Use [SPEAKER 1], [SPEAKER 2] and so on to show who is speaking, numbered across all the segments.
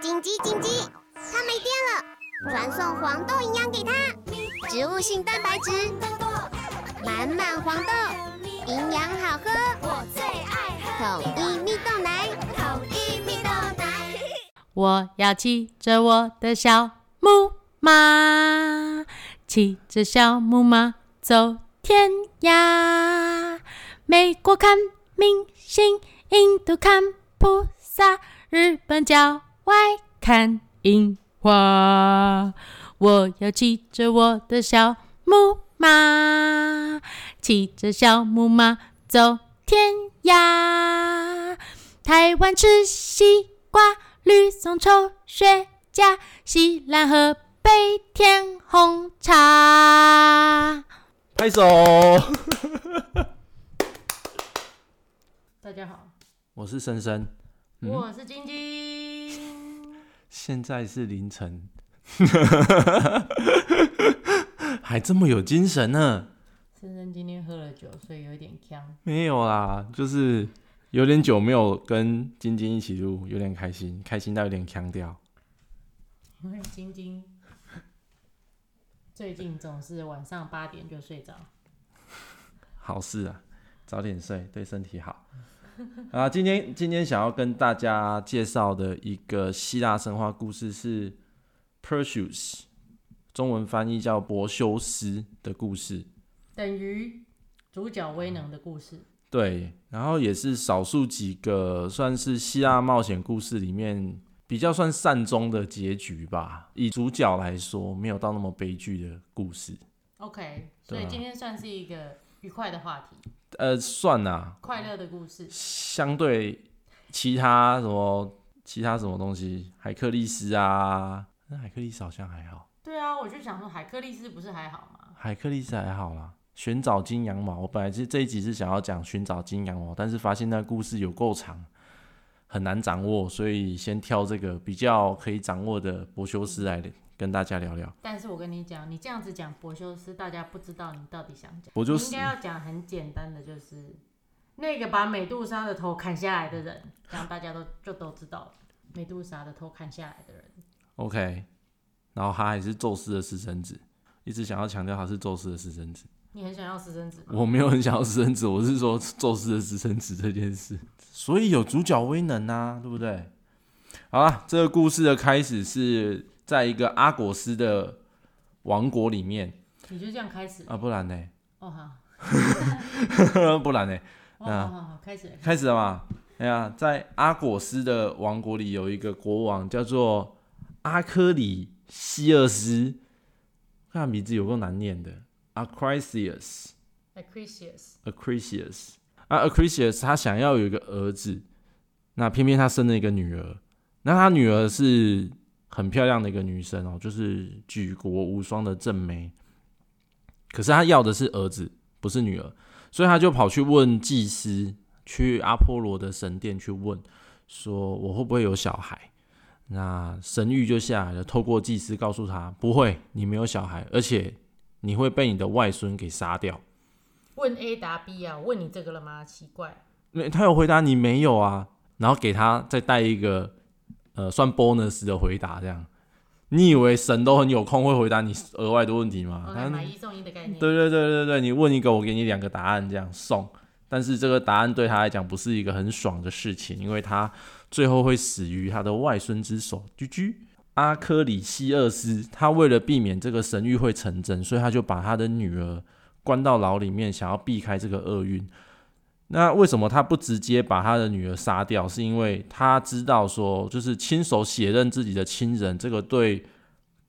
[SPEAKER 1] 紧急紧急！它没电了，传送黄豆营养给它，植物性蛋白质，满满黄豆，营养好喝，
[SPEAKER 2] 我最爱
[SPEAKER 1] 统一蜜豆奶，
[SPEAKER 2] 喝统一蜜豆奶。
[SPEAKER 3] 我要骑着我的小木马，骑着小木马走天涯。美国看明星，印度看菩萨，日本郊外看樱花。我要骑着我的小木马，骑着小木马走天涯。台湾吃西瓜，绿松抽雪茄，西兰河北甜红茶。
[SPEAKER 4] 拍手。哦
[SPEAKER 3] 大家好，
[SPEAKER 4] 我是深深，嗯
[SPEAKER 3] 我是晶晶。
[SPEAKER 4] 现在是凌晨， 还这么有精神呢？
[SPEAKER 3] 深深今天喝了酒，所以有一点呛。
[SPEAKER 4] 没有啦，就是有点久没有跟晶晶一起录，有点开心，开心到有点腔调。
[SPEAKER 3] 因为晶晶最近总是晚上八点就睡着，
[SPEAKER 4] 好事啊，早点睡对身体好。啊，今天今天想要跟大家介绍的一个希腊神话故事是 Perseus，中文翻译叫柏修斯的故事。
[SPEAKER 3] 等于主角威能的故事。
[SPEAKER 4] 对，然后也是少数几个算是希腊冒险故事里面比较算善终的结局吧。以主角来说，没有到那么悲剧的故事。
[SPEAKER 3] OK，所
[SPEAKER 4] 对
[SPEAKER 3] 以
[SPEAKER 4] 啊
[SPEAKER 3] 今天算是一个愉快的话题，
[SPEAKER 4] 呃，算啦、
[SPEAKER 3] 快乐的故事。
[SPEAKER 4] 相对其他什么其他什么东西，海克力斯啊，那海克力斯好像还好，
[SPEAKER 3] 对啊，我就想说海克力斯不是还好吗？
[SPEAKER 4] 海克力斯还好啦。寻找金羊毛，我本来是这一集是想要讲寻找金羊毛，但是发现那故事有够长，很难掌握，所以先挑这个比较可以掌握的博修斯来跟大家聊聊。
[SPEAKER 3] 但是我跟你讲，你这样子讲博修斯，大家不知道你到底想讲。
[SPEAKER 4] 博修
[SPEAKER 3] 你
[SPEAKER 4] 斯
[SPEAKER 3] 应该要讲很简单的，就是那个把美杜莎的头砍下来的人，这样大家都就都知道了美杜莎的头砍下来的人。
[SPEAKER 4] OK，然后他还是宙斯的私生子，一直想要强调他是宙斯的私生子。
[SPEAKER 3] 你很想要私生子吗？
[SPEAKER 4] 我没有很想要私生子，我是说宙斯的私生子这件事。所以有主角威能啊，对不对？好啦，这个故事的开始是在一个阿果斯的王国里面
[SPEAKER 3] 你就这样开始。
[SPEAKER 4] 啊，不然呢？
[SPEAKER 3] 哦好，
[SPEAKER 4] 不然呢？
[SPEAKER 3] 哦
[SPEAKER 4] 那
[SPEAKER 3] 好好好，开始。
[SPEAKER 4] 开始了嘛？哎呀，在阿果斯的王国里有一个国王叫做阿科里西厄斯，看名字有够难念的 a c r i s i u s
[SPEAKER 3] Acrisius，
[SPEAKER 4] Acrisius 啊，Acrisius 他想要有一个儿子，那偏偏他生了一个女儿，那他女儿是很漂亮的一个女生哦，就是举国无双的正妹。可是他要的是儿子，不是女儿，所以他就跑去问祭司，去阿波罗的神殿去问，说我会不会有小孩？那神谕就下来了，透过祭司告诉他，不会，你没有小孩，而且你会被你的外孙给杀掉。
[SPEAKER 3] 问 A 答 B 啊，我问你这个了吗？奇怪，
[SPEAKER 4] 那他有回答你没有啊，然后给他再带一个呃算 bonus 的回答，这样。你以为神都很有空会回答你额外的问题吗？
[SPEAKER 3] 我
[SPEAKER 4] 啊他
[SPEAKER 3] 来买一送一的概念。哦
[SPEAKER 4] 对对对对对，你问一个，我给你两个答案，这样送。但是这个答案对他来讲不是一个很爽的事情，因为他最后会死于他的外孙之手。居居阿科里西厄斯，他为了避免这个神谕会成真，所以他就把他的女儿关到牢里面，想要避开这个厄运。那为什么他不直接把他的女儿杀掉？是因为他知道说，就是亲手血认自己的亲人，这个对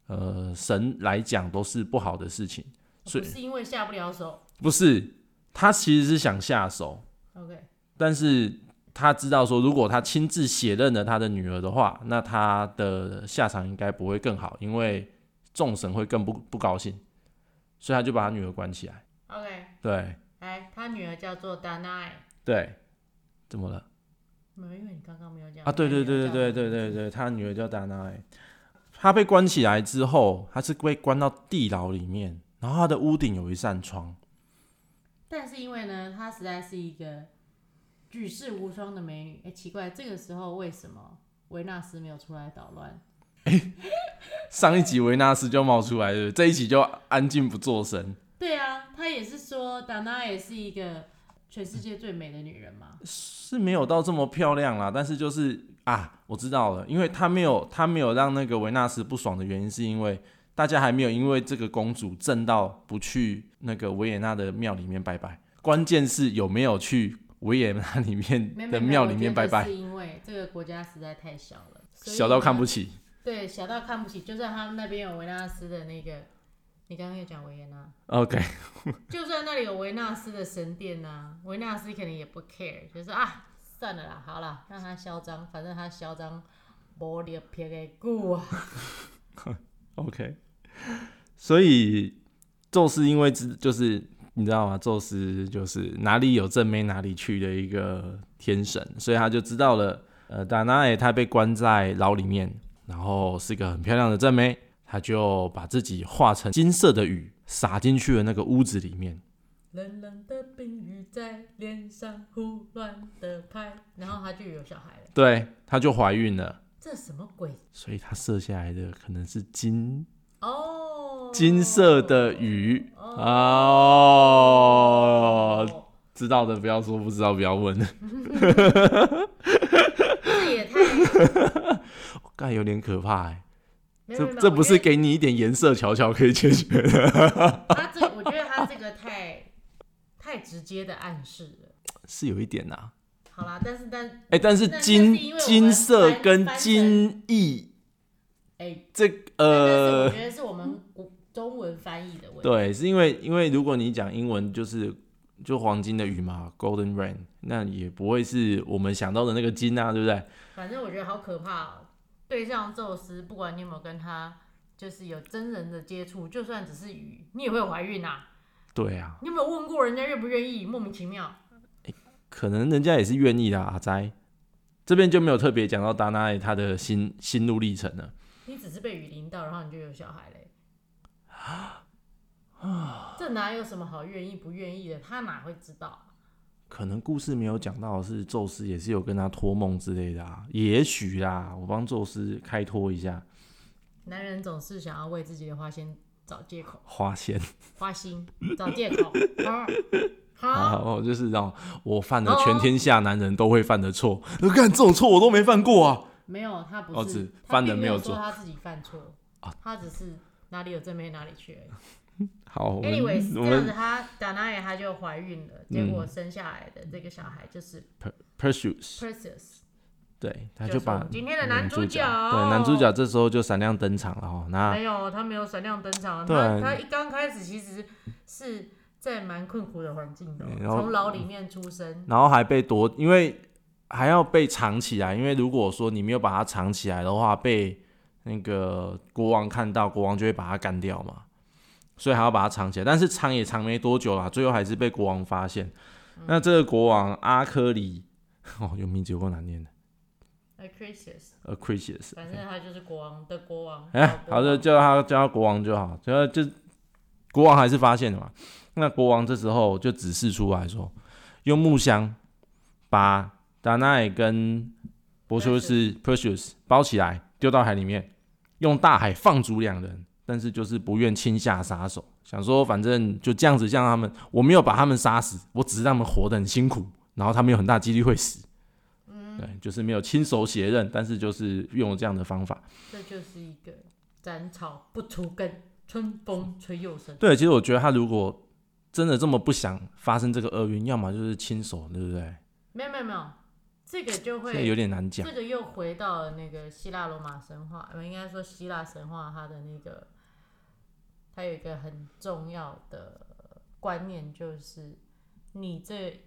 [SPEAKER 4] 呃神来讲都是不好的事情。所以
[SPEAKER 3] 不是因为下不了手。
[SPEAKER 4] 不是，他其实是想下手，
[SPEAKER 3] OK，
[SPEAKER 4] 但是他知道说，如果他亲自血认了他的女儿的话，那他的下场应该不会更好，因为众神会更不不高兴，所以他就把他女儿关起来。
[SPEAKER 3] OK，
[SPEAKER 4] 对
[SPEAKER 3] 来，他女儿叫做 Danai。
[SPEAKER 4] 对，怎么了
[SPEAKER 3] 没有，因为你刚刚没有讲
[SPEAKER 4] 啊？对对对对对对对对，他女儿叫达奈，他被关起来之后，他是被关到地牢里面，然后他的屋顶有一扇窗。
[SPEAKER 3] 但是因为呢，她实在是一个举世无双的美女。哎、奇怪，这个时候为什么维纳斯没有出来捣乱。
[SPEAKER 4] 上一集维纳斯就冒出来了，这一集就安静不作声。
[SPEAKER 3] 对啊，他也是说达娜也是一个全世界最美的女人嘛。
[SPEAKER 4] 是没有到这么漂亮啦，但是就是啊，我知道了，因为他没有他没有让那个维纳斯不爽的原因，是因为大家还没有因为这个公主正到不去那个维也纳的庙里面拜拜，关键是有没有去维也纳里
[SPEAKER 3] 没
[SPEAKER 4] 面
[SPEAKER 3] 没
[SPEAKER 4] 的
[SPEAKER 3] 没
[SPEAKER 4] 庙
[SPEAKER 3] 我
[SPEAKER 4] 里
[SPEAKER 3] 觉
[SPEAKER 4] 面
[SPEAKER 3] 得
[SPEAKER 4] 拜拜
[SPEAKER 3] 是，因为这个国家实在太小了，所以
[SPEAKER 4] 小到看不
[SPEAKER 3] 呢。
[SPEAKER 4] 起。
[SPEAKER 3] 对，小到看不起，就算他们那边有维纳斯的那个，你刚刚有讲维也纳，
[SPEAKER 4] OK，
[SPEAKER 3] 就算那里有维纳斯的神殿呐、维纳斯可能也不 care，就说啊，算了啦，好啦，让他嚣张，反正他嚣张，无力撇个骨啊。
[SPEAKER 4] OK，所以宙斯因为知就是你知道吗？宙斯就是哪里有正妹哪里去的一个天神，所以他就知道了。呃，达那耶她被关在牢里面，然后是个很漂亮的正妹，她就把自己化成金色的雨洒进去了那个屋子里面。
[SPEAKER 3] 冷冷的冰雨在脸上胡乱的拍，然后他就有小孩了，
[SPEAKER 4] 对，她就怀孕了，
[SPEAKER 3] 这什么鬼？
[SPEAKER 4] 所以她射下来的可能是金
[SPEAKER 3] 哦，
[SPEAKER 4] 金色的雨啊哦，知道的不要说，不知道不要问。
[SPEAKER 3] 这也太……
[SPEAKER 4] 干有点可怕哎、
[SPEAKER 3] 没有没有没
[SPEAKER 4] 这
[SPEAKER 3] 有
[SPEAKER 4] 这不
[SPEAKER 3] 我
[SPEAKER 4] 是
[SPEAKER 3] 觉得
[SPEAKER 4] 给你一点颜色瞧瞧可以解决的，
[SPEAKER 3] 他这，我觉得他这个太太直接的暗示了。
[SPEAKER 4] 是有一点呐、
[SPEAKER 3] 好啦，但是但
[SPEAKER 4] 哎、但是
[SPEAKER 3] 嗯那那是因为我
[SPEAKER 4] 金
[SPEAKER 3] 们
[SPEAKER 4] 金色
[SPEAKER 3] 翻
[SPEAKER 4] 跟
[SPEAKER 3] 翻成
[SPEAKER 4] 金翼
[SPEAKER 3] 哎，
[SPEAKER 4] 这
[SPEAKER 3] 但是我
[SPEAKER 4] 呃，
[SPEAKER 3] 觉得是我们古中文翻译的问题。
[SPEAKER 4] 对，是因为因为如果你讲英文就是就黄金的雨嘛，Golden Rain，那也不会是我们想到的那个金啊，对不对？
[SPEAKER 3] 反正我觉得好可怕哦。对上宙斯，不管你有没有跟他就是有真人的接触，就算只是鱼，你也会怀孕啊。
[SPEAKER 4] 对啊，
[SPEAKER 3] 你有没有问过人家愿不愿意？莫名其妙。
[SPEAKER 4] 可能人家也是愿意的啊阿斋。这边就没有特别讲到达纳他的心心路历程了。
[SPEAKER 3] 你只是被雨淋到，然后你就有小孩 嘞。这哪有什么好愿意不愿意的？他哪会知道？
[SPEAKER 4] 可能故事没有讲到的是，宙斯也是有跟他托梦之类的啊，也许啦，我帮宙斯开脱一下，
[SPEAKER 3] 男人总是想要为自己的花心找借口，
[SPEAKER 4] 花仙，
[SPEAKER 3] 花心找借口。好，
[SPEAKER 4] 然
[SPEAKER 3] 好，
[SPEAKER 4] 后哦就是让我犯了全天下男人都会犯的错，那干这种错我都没犯过啊，
[SPEAKER 3] 没有，他不
[SPEAKER 4] 哦
[SPEAKER 3] 是
[SPEAKER 4] 只，
[SPEAKER 3] 他
[SPEAKER 4] 犯
[SPEAKER 3] 并
[SPEAKER 4] 人
[SPEAKER 3] 没
[SPEAKER 4] 没有
[SPEAKER 3] 说
[SPEAKER 4] 做
[SPEAKER 3] 他
[SPEAKER 4] 啊
[SPEAKER 3] 自己犯错，他只是哪里有正面哪里去而已。
[SPEAKER 4] 好，我们
[SPEAKER 3] Anyways，
[SPEAKER 4] 我
[SPEAKER 3] 这样子
[SPEAKER 4] 们嗯
[SPEAKER 3] 他达那也他就怀孕了，结果生下来的这个小孩就是
[SPEAKER 4] Perseus，
[SPEAKER 3] Perseus。
[SPEAKER 4] 对，他
[SPEAKER 3] 就是我
[SPEAKER 4] 把
[SPEAKER 3] 们今天的
[SPEAKER 4] 男
[SPEAKER 3] 男主
[SPEAKER 4] 角，
[SPEAKER 3] 角
[SPEAKER 4] 对，男主角这时候就闪亮登场了哦，那
[SPEAKER 3] 没有，他没有闪亮登场。
[SPEAKER 4] 对
[SPEAKER 3] 他他一刚开始其实是在蛮困苦的环境的哦
[SPEAKER 4] 嗯，然后
[SPEAKER 3] 从牢里面出生。
[SPEAKER 4] 然后还被夺，因为还要被藏起来，因为如果说你没有把它藏起来的话，被那个国王看到，国王就会把它干掉嘛，所以还要把它藏起来。但是藏也藏没多久啦，最后还是被国王发现。那这个国王阿科里， 哦，有名字有够难念的
[SPEAKER 3] a c r i s i u s
[SPEAKER 4] a c r i t i u s
[SPEAKER 3] 反正他就是国王的国王。
[SPEAKER 4] 哎，
[SPEAKER 3] 老国
[SPEAKER 4] 好的，
[SPEAKER 3] 王
[SPEAKER 4] 叫他叫他国王就好，然后就国王还是发现了嘛。那国王这时候就指示出来说，用木箱把达奈跟伯修斯 Perseus 包起来，丢到海里面，用大海放逐两人，但是就是不愿亲下杀手，想说反正就这样子让他们，我没有把他们杀死，我只是让他们活得很辛苦，然后他们有很大几率会死。对，就是没有亲手血刃，但是就是用了这样的方法。
[SPEAKER 3] 这就是一个斩草不除根，春风吹又生。
[SPEAKER 4] 对，其实我觉得他如果真的这么不想发生这个厄运，要么就是亲手，对不对？
[SPEAKER 3] 没有没有没有，这个就
[SPEAKER 4] 这有
[SPEAKER 3] 会，
[SPEAKER 4] 点难讲
[SPEAKER 3] 这。个又回到了那个希腊罗马神话，呃应该说希腊神话它的那个，它有一个很重要的观念，就是你这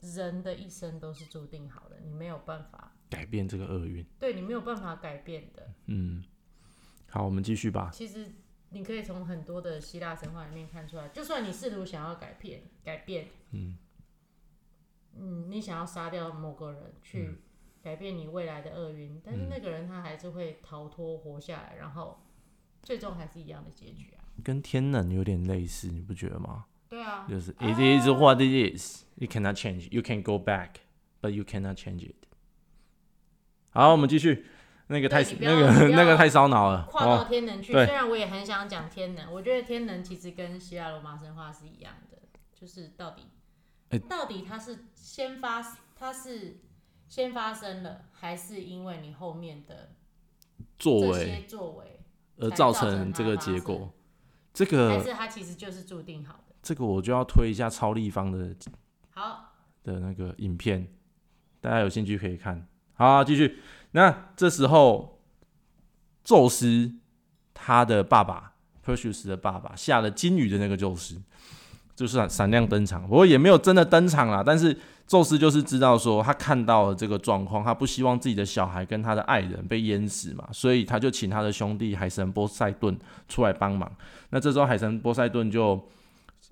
[SPEAKER 3] 人的一生都是注定好的，你没有办法，
[SPEAKER 4] 改变这个厄运，
[SPEAKER 3] 对你没有办法改变的。
[SPEAKER 4] 嗯，好，我们继续吧。
[SPEAKER 3] 其实你可以从很多的希腊神话里面看出来，就算你试图想要改变，改变，嗯，你想要杀掉某个人去改变你未来的厄运，但是那个人他还是会逃脱活下来，然后最终还是一样的结局啊。
[SPEAKER 4] 跟天能有点类似，你不觉得吗？
[SPEAKER 3] 对啊，
[SPEAKER 4] 就是 It is what it is, you cannot change, you can go back, but you cannot change it。好，我们继续。那个太
[SPEAKER 3] 对你不要你
[SPEAKER 4] 那个
[SPEAKER 3] 不要
[SPEAKER 4] 那个太烧脑了
[SPEAKER 3] 跨到
[SPEAKER 4] 哦，
[SPEAKER 3] 天能去，
[SPEAKER 4] 对
[SPEAKER 3] 虽然我也很想讲天能，我觉得天能其实跟希腊罗马神话是一样的，就是到底、
[SPEAKER 4] 哎
[SPEAKER 3] 到底它是先发，它是先发生了，还是因为你后面的
[SPEAKER 4] 作
[SPEAKER 3] 这
[SPEAKER 4] 为
[SPEAKER 3] 些作为，
[SPEAKER 4] 而
[SPEAKER 3] 才
[SPEAKER 4] 造
[SPEAKER 3] 造成
[SPEAKER 4] 成
[SPEAKER 3] 它
[SPEAKER 4] 这个
[SPEAKER 3] 发
[SPEAKER 4] 结
[SPEAKER 3] 生
[SPEAKER 4] 果。这
[SPEAKER 3] 还
[SPEAKER 4] 个
[SPEAKER 3] 是它其实就是注定好的？
[SPEAKER 4] 这个我就要推一下超立方的
[SPEAKER 3] 好，
[SPEAKER 4] 的那个影片，大家有兴趣可以看。好，继续。那这时候，宙斯他的爸爸 Perseus 的爸爸下了金鱼的那个宙斯，就是闪闪亮登场，不过也没有真的登场啦。但是宙斯就是知道说他看到了这个状况，他不希望自己的小孩跟他的爱人被淹死嘛，所以他就请他的兄弟海神波塞顿出来帮忙。那这时候海神波塞顿就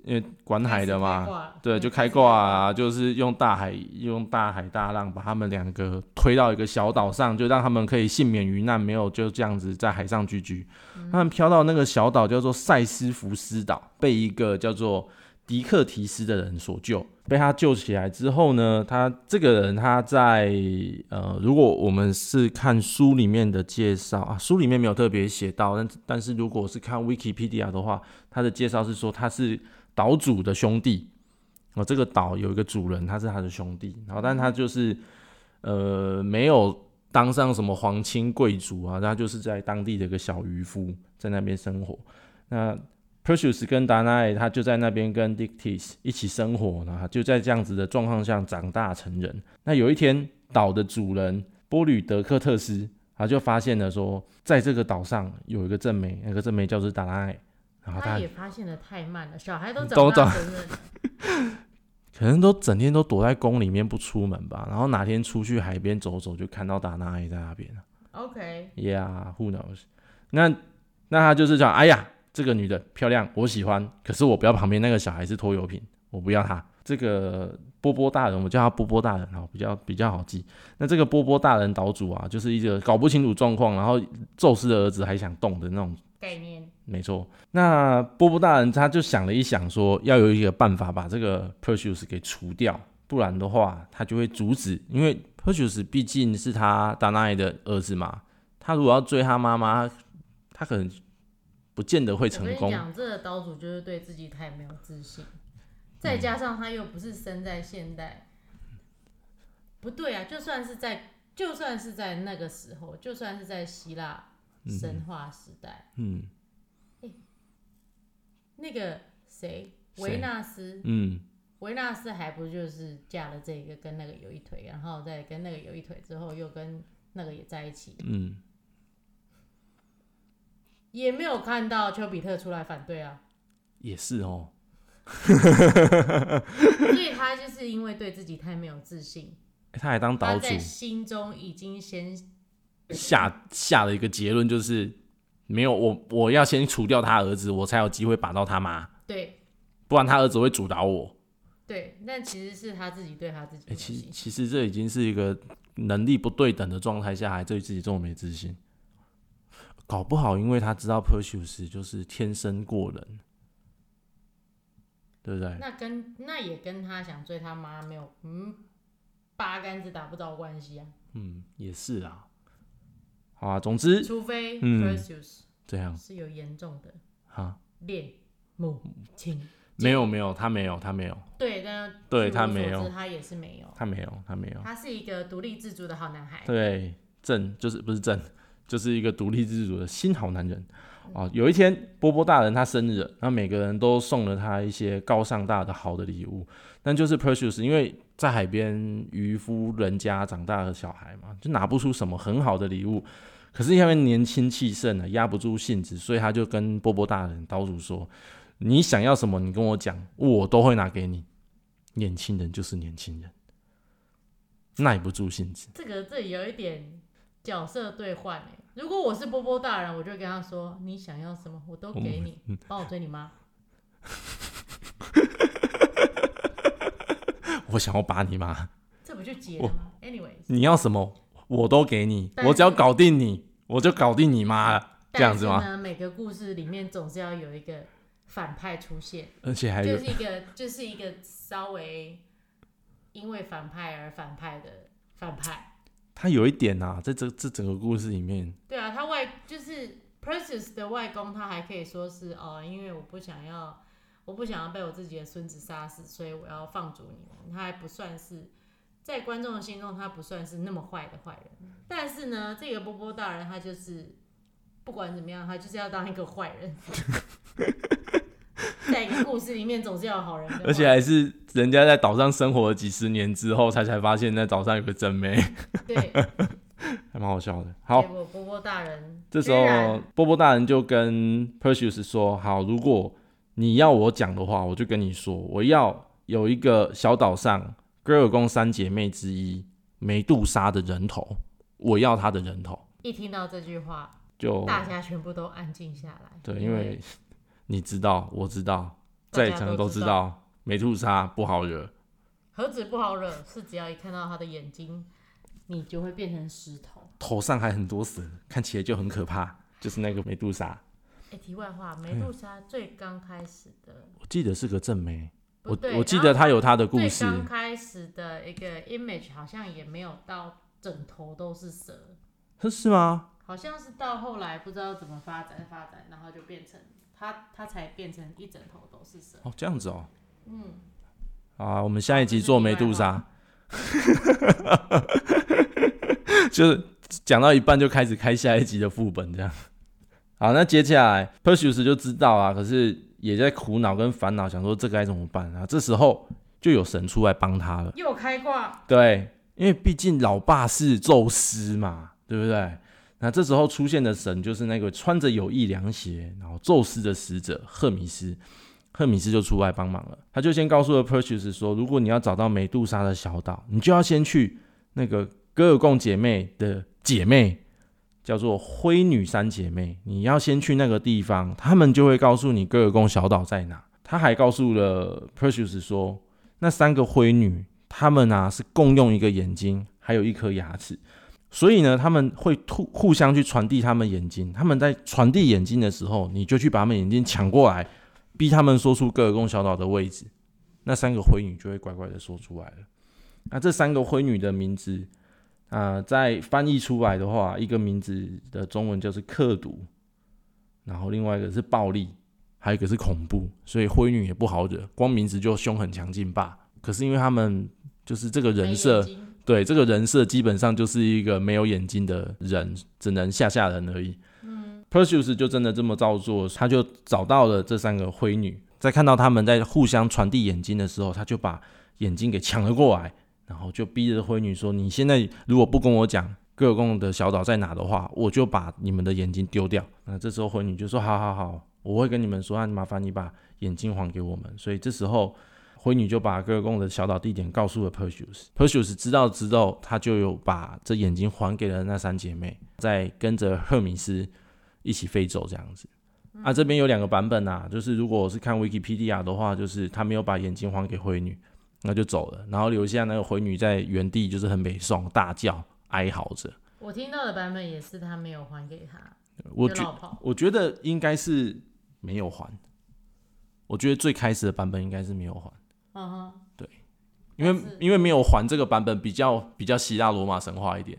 [SPEAKER 4] 因为管海的嘛，
[SPEAKER 3] 嗯
[SPEAKER 4] 对，就开挂啊，就是用大海用大海大浪把他们两个推到一个小岛上，就让他们可以幸免于难，没有就这样子在海上居居。他们飘到那个小岛叫做塞斯福斯岛，被一个叫做迪克提斯的人所救。被他救起来之后呢，他这个人他在呃，如果我们是看书里面的介绍啊，书里面没有特别写到，但但是如果是看 Wikipedia 的话，他的介绍是说他是岛主的兄弟。哦，这个岛有一个主人，他是他的兄弟，然后但他就是呃没有当上什么皇亲贵族啊，他就是在当地的一个小渔夫，在那边生活。那 Perseus 跟达奈他就在那边跟 Dictys 一起生活，然后就在这样子的状况下长大成人。那有一天，岛的主人波吕德克特斯，他就发现了说，在这个岛上有一个正妹，那个正妹叫做达奈，然后
[SPEAKER 3] 他
[SPEAKER 4] 他
[SPEAKER 3] 也发现的太慢了，小孩都
[SPEAKER 4] 嗯都
[SPEAKER 3] 长大
[SPEAKER 4] 长
[SPEAKER 3] 成人了，
[SPEAKER 4] 可能都整天都躲在宫里面不出门吧，然后哪天出去海边走走，就看到达纳也在那边了。
[SPEAKER 3] OK，
[SPEAKER 4] Yeah，who knows？那那他就是讲，哎呀，这个女的漂亮，我喜欢，可是我不要旁边那个小孩是拖油瓶，我不要她。这个波波大人，我叫他波波大人好，比较比较好记。那这个波波大人岛主啊，就是一个搞不清楚状况，然后宙斯的儿子还想动的那种
[SPEAKER 3] 概念
[SPEAKER 4] 没错，那波波大人他就想了一想说要有一个办法把这个 Perseus 给除掉，不然的话他就会阻止，因为 Perseus 毕竟是他达奈的儿子嘛，他如果要追他妈妈，他可能不见得会
[SPEAKER 3] 我
[SPEAKER 4] 成
[SPEAKER 3] 跟你
[SPEAKER 4] 功。
[SPEAKER 3] 讲，这个岛主就是对自己太没有自信，再加上他又不是生在现代，不对啊！就算是在，就算是在那个时候，就算是在希腊神话时代，
[SPEAKER 4] 嗯
[SPEAKER 3] 那个谁，
[SPEAKER 4] 谁
[SPEAKER 3] 维纳斯，
[SPEAKER 4] 嗯，
[SPEAKER 3] 维纳斯还不就是嫁了这个跟那个有一腿，然后再跟那个有一腿之后又跟那个也在一起，
[SPEAKER 4] 嗯，
[SPEAKER 3] 也没有看到丘比特出来反对啊，
[SPEAKER 4] 也是哦。
[SPEAKER 3] 所以他就是因为对自己太没有自信。
[SPEAKER 4] 诶他还当岛
[SPEAKER 3] 他
[SPEAKER 4] 主
[SPEAKER 3] 在，心中已经先
[SPEAKER 4] 下下了一个结论就是没有我，我要先除掉他儿子，我才有机会把到他妈，
[SPEAKER 3] 对
[SPEAKER 4] 不然他儿子会主导我。
[SPEAKER 3] 对，但其实是他自己对他自己
[SPEAKER 4] 哎、
[SPEAKER 3] 没有
[SPEAKER 4] 其
[SPEAKER 3] 信心。
[SPEAKER 4] 其实这已经是一个能力不对等的状态下，还对自己这么没自信，搞不好因为他知道 Perseus 就是天生过人，对不对？
[SPEAKER 3] 那跟那也跟他想追他妈没有嗯八竿子打不着关系啊，
[SPEAKER 4] 嗯，也是啊。好啊，总之
[SPEAKER 3] 除非
[SPEAKER 4] 嗯
[SPEAKER 3] Perseus、
[SPEAKER 4] 这样
[SPEAKER 3] 是有严重的
[SPEAKER 4] 哈，
[SPEAKER 3] 恋母情，
[SPEAKER 4] 没有没有，他没有，他没有，
[SPEAKER 3] 对，但
[SPEAKER 4] 对
[SPEAKER 3] 据
[SPEAKER 4] 他
[SPEAKER 3] 我所
[SPEAKER 4] 没有
[SPEAKER 3] 知他也是没有，
[SPEAKER 4] 他没有，他没有。
[SPEAKER 3] 他是一个独立自主的好男孩。
[SPEAKER 4] 对，正就是不是正，就是一个独立自主的新好男人啊。有一天，波波大人他生日了，那每个人都送了他一些高尚大的好的礼物，但就是 Perseus，因为在海边渔夫人家长大的小孩嘛，就拿不出什么很好的礼物。可是因为年轻气盛啊，压不住性子，所以他就跟波波大人岛主说：“你想要什么，你跟我讲，我都会拿给你。年轻人就是年轻人，耐不住性子。”
[SPEAKER 3] 这个这有一点角色兑换哎、如果我是波波大人，我就会跟他说：“你想要什么，我都给你，
[SPEAKER 4] 嗯
[SPEAKER 3] 帮我追你妈。
[SPEAKER 4] 我想要把你妈，”
[SPEAKER 3] 这不就结了吗？Anyway，
[SPEAKER 4] 你要什么我都给你，
[SPEAKER 3] 但是
[SPEAKER 4] 我只要搞定你，我就搞定你妈了，这样子
[SPEAKER 3] 但
[SPEAKER 4] 吗？
[SPEAKER 3] 是呢，每个故事里面总是要有一个反派出现，
[SPEAKER 4] 而且还
[SPEAKER 3] 就
[SPEAKER 4] 有
[SPEAKER 3] 是一个就是一个稍微因为反派而反派的反派。
[SPEAKER 4] 他有一点啊，在这这整个故事里面，
[SPEAKER 3] 对啊，他外就是 Precious 的外公，他还可以说是哦，因为我不想要，我不想要被我自己的孙子杀死，所以我要放逐你们。他还不算是在观众的心中，他不算是那么坏的坏人。但是呢，这个波波大人他就是不管怎么样，他就是要当一个坏人。在一个故事里面，总是要有好人的嘛。
[SPEAKER 4] 而且还是人家在岛上生活了几十年之后，才才发现那岛上有个 真妹，
[SPEAKER 3] 对，
[SPEAKER 4] 还蛮好笑的。 好
[SPEAKER 3] 结，果波波大人
[SPEAKER 4] 这时
[SPEAKER 3] 居
[SPEAKER 4] 候
[SPEAKER 3] 然
[SPEAKER 4] 波波大人就跟 Perseus 说：“好，如果你要我讲的话，我就跟你说，我要有一个小岛上龟尔宫三姐妹之一梅杜莎的人头，我要她的人头。
[SPEAKER 3] 一听到这句话，
[SPEAKER 4] 就
[SPEAKER 3] 大家全部都安静下来。
[SPEAKER 4] 对，因为 你知道，我知道，
[SPEAKER 3] 大
[SPEAKER 4] 在
[SPEAKER 3] 家
[SPEAKER 4] 场的
[SPEAKER 3] 都
[SPEAKER 4] 都
[SPEAKER 3] 知
[SPEAKER 4] 知道，梅杜莎不好惹。
[SPEAKER 3] 何止不好惹，是只要一看到他的眼睛，你就会变成石头。
[SPEAKER 4] 头上还很多蛇，看起来就很可怕，就是那个梅杜莎。
[SPEAKER 3] 哎、题外话，梅露莎最刚开始的，
[SPEAKER 4] 我记得是个正妹，
[SPEAKER 3] 不
[SPEAKER 4] 我
[SPEAKER 3] 哦对，
[SPEAKER 4] 我记
[SPEAKER 3] 然
[SPEAKER 4] 得
[SPEAKER 3] 后
[SPEAKER 4] 她有她的故
[SPEAKER 3] 最
[SPEAKER 4] 事，
[SPEAKER 3] 刚开始的一个 image 好像也没有到整头都是蛇，
[SPEAKER 4] 是吗？
[SPEAKER 3] 好像是到后来不知道怎么发展发展，然后就变成他他才变成一整头都是蛇。
[SPEAKER 4] 哦，这样子哦。嗯。啊，我们下一集做梅杜莎。 就是讲到一半就开始开下一集的副本，这样。好，那接下来 Perseus 就知道啊，可是也在苦恼跟烦恼，想说这该怎么办啊？这时候就有神出来帮他了，
[SPEAKER 3] 又开挂，
[SPEAKER 4] 对，因为毕竟老爸是宙斯嘛，对不对？那这时候出现的神就是那个穿着有翼凉鞋，然后宙斯的使者赫米斯，赫米斯就出来帮忙了。他就先告诉了 Perseus 说，如果你要找到美杜莎的小岛，你就要先去那个戈尔贡姐妹的姐妹，叫做灰女三姐妹。你要先去那个地方，他们就会告诉你戈尔贡小岛在哪。他还告诉了 Perseus 说，那三个灰女，她们啊是共用一个眼睛，还有一颗牙齿。所以呢，他们会互互相去传递他们眼睛。他们在传递眼睛的时候，你就去把他们眼睛抢过来，逼他们说出各尔贡小岛的位置。那三个灰女就会乖乖的说出来了。那这三个灰女的名字啊、在翻译出来的话，一个名字的中文就是刻毒，然后另外一个是暴力，还有一个是恐怖。所以灰女也不好惹，光名字就凶狠强劲霸。可是因为他们就是这个人设，
[SPEAKER 3] 没眼睛
[SPEAKER 4] 对，这个人设基本上就是一个没有眼睛的人，只能吓吓人而已。嗯，Perseus 就真的这么照做，他就找到了这三个灰女，在看到他们在互相传递眼睛的时候，他就把眼睛给抢了过来，然后就逼着灰女说：“你现在如果不跟我讲戈尔贡的小岛在哪的话，我就把你们的眼睛丢掉。”那这时候灰女就说：“好好好，我会跟你们说，那麻烦你把眼睛还给我们。”所以这时候灰女就把戈尔贡的小岛地点告诉了 Perseus。Perseus 知道之后，他就有把这眼睛还给了那三姐妹，再跟着赫米斯一起飞走这样子。啊，这边有两个版本啊，就是如果我是看 Wikipedia 的话，就是他没有把眼睛还给灰女，那就走了，然后留下那个灰女在原地就是很美颂大叫哀嚎着。
[SPEAKER 3] 我听到的版本也是他没有还给他，
[SPEAKER 4] 我
[SPEAKER 3] 就
[SPEAKER 4] 觉
[SPEAKER 3] 绕跑。
[SPEAKER 4] 我觉得应该是没有还，我觉得最开始的版本应该是没有还。
[SPEAKER 3] 嗯哼，
[SPEAKER 4] 因为
[SPEAKER 3] 但是
[SPEAKER 4] 因为没有还这个版本比较比较希腊罗马神话一点，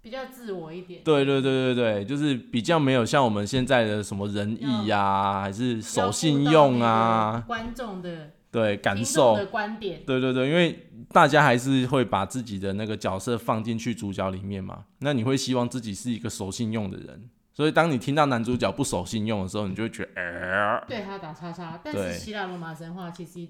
[SPEAKER 3] 比较自我一点。
[SPEAKER 4] 对对对对对，就是比较没有像我们现在的什么仁义啊，还是守信用
[SPEAKER 3] 要顾到那
[SPEAKER 4] 啊
[SPEAKER 3] 个，观众的
[SPEAKER 4] 对感
[SPEAKER 3] 听众
[SPEAKER 4] 受，
[SPEAKER 3] 的观点，
[SPEAKER 4] 对对对，因为大家还是会把自己的那个角色放进去主角里面嘛，那你会希望自己是一个守信用的人，所以当你听到男主角不守信用的时候，你就会觉得，呃、
[SPEAKER 3] 对他打叉叉。但
[SPEAKER 4] 对
[SPEAKER 3] 是希腊罗马神话其实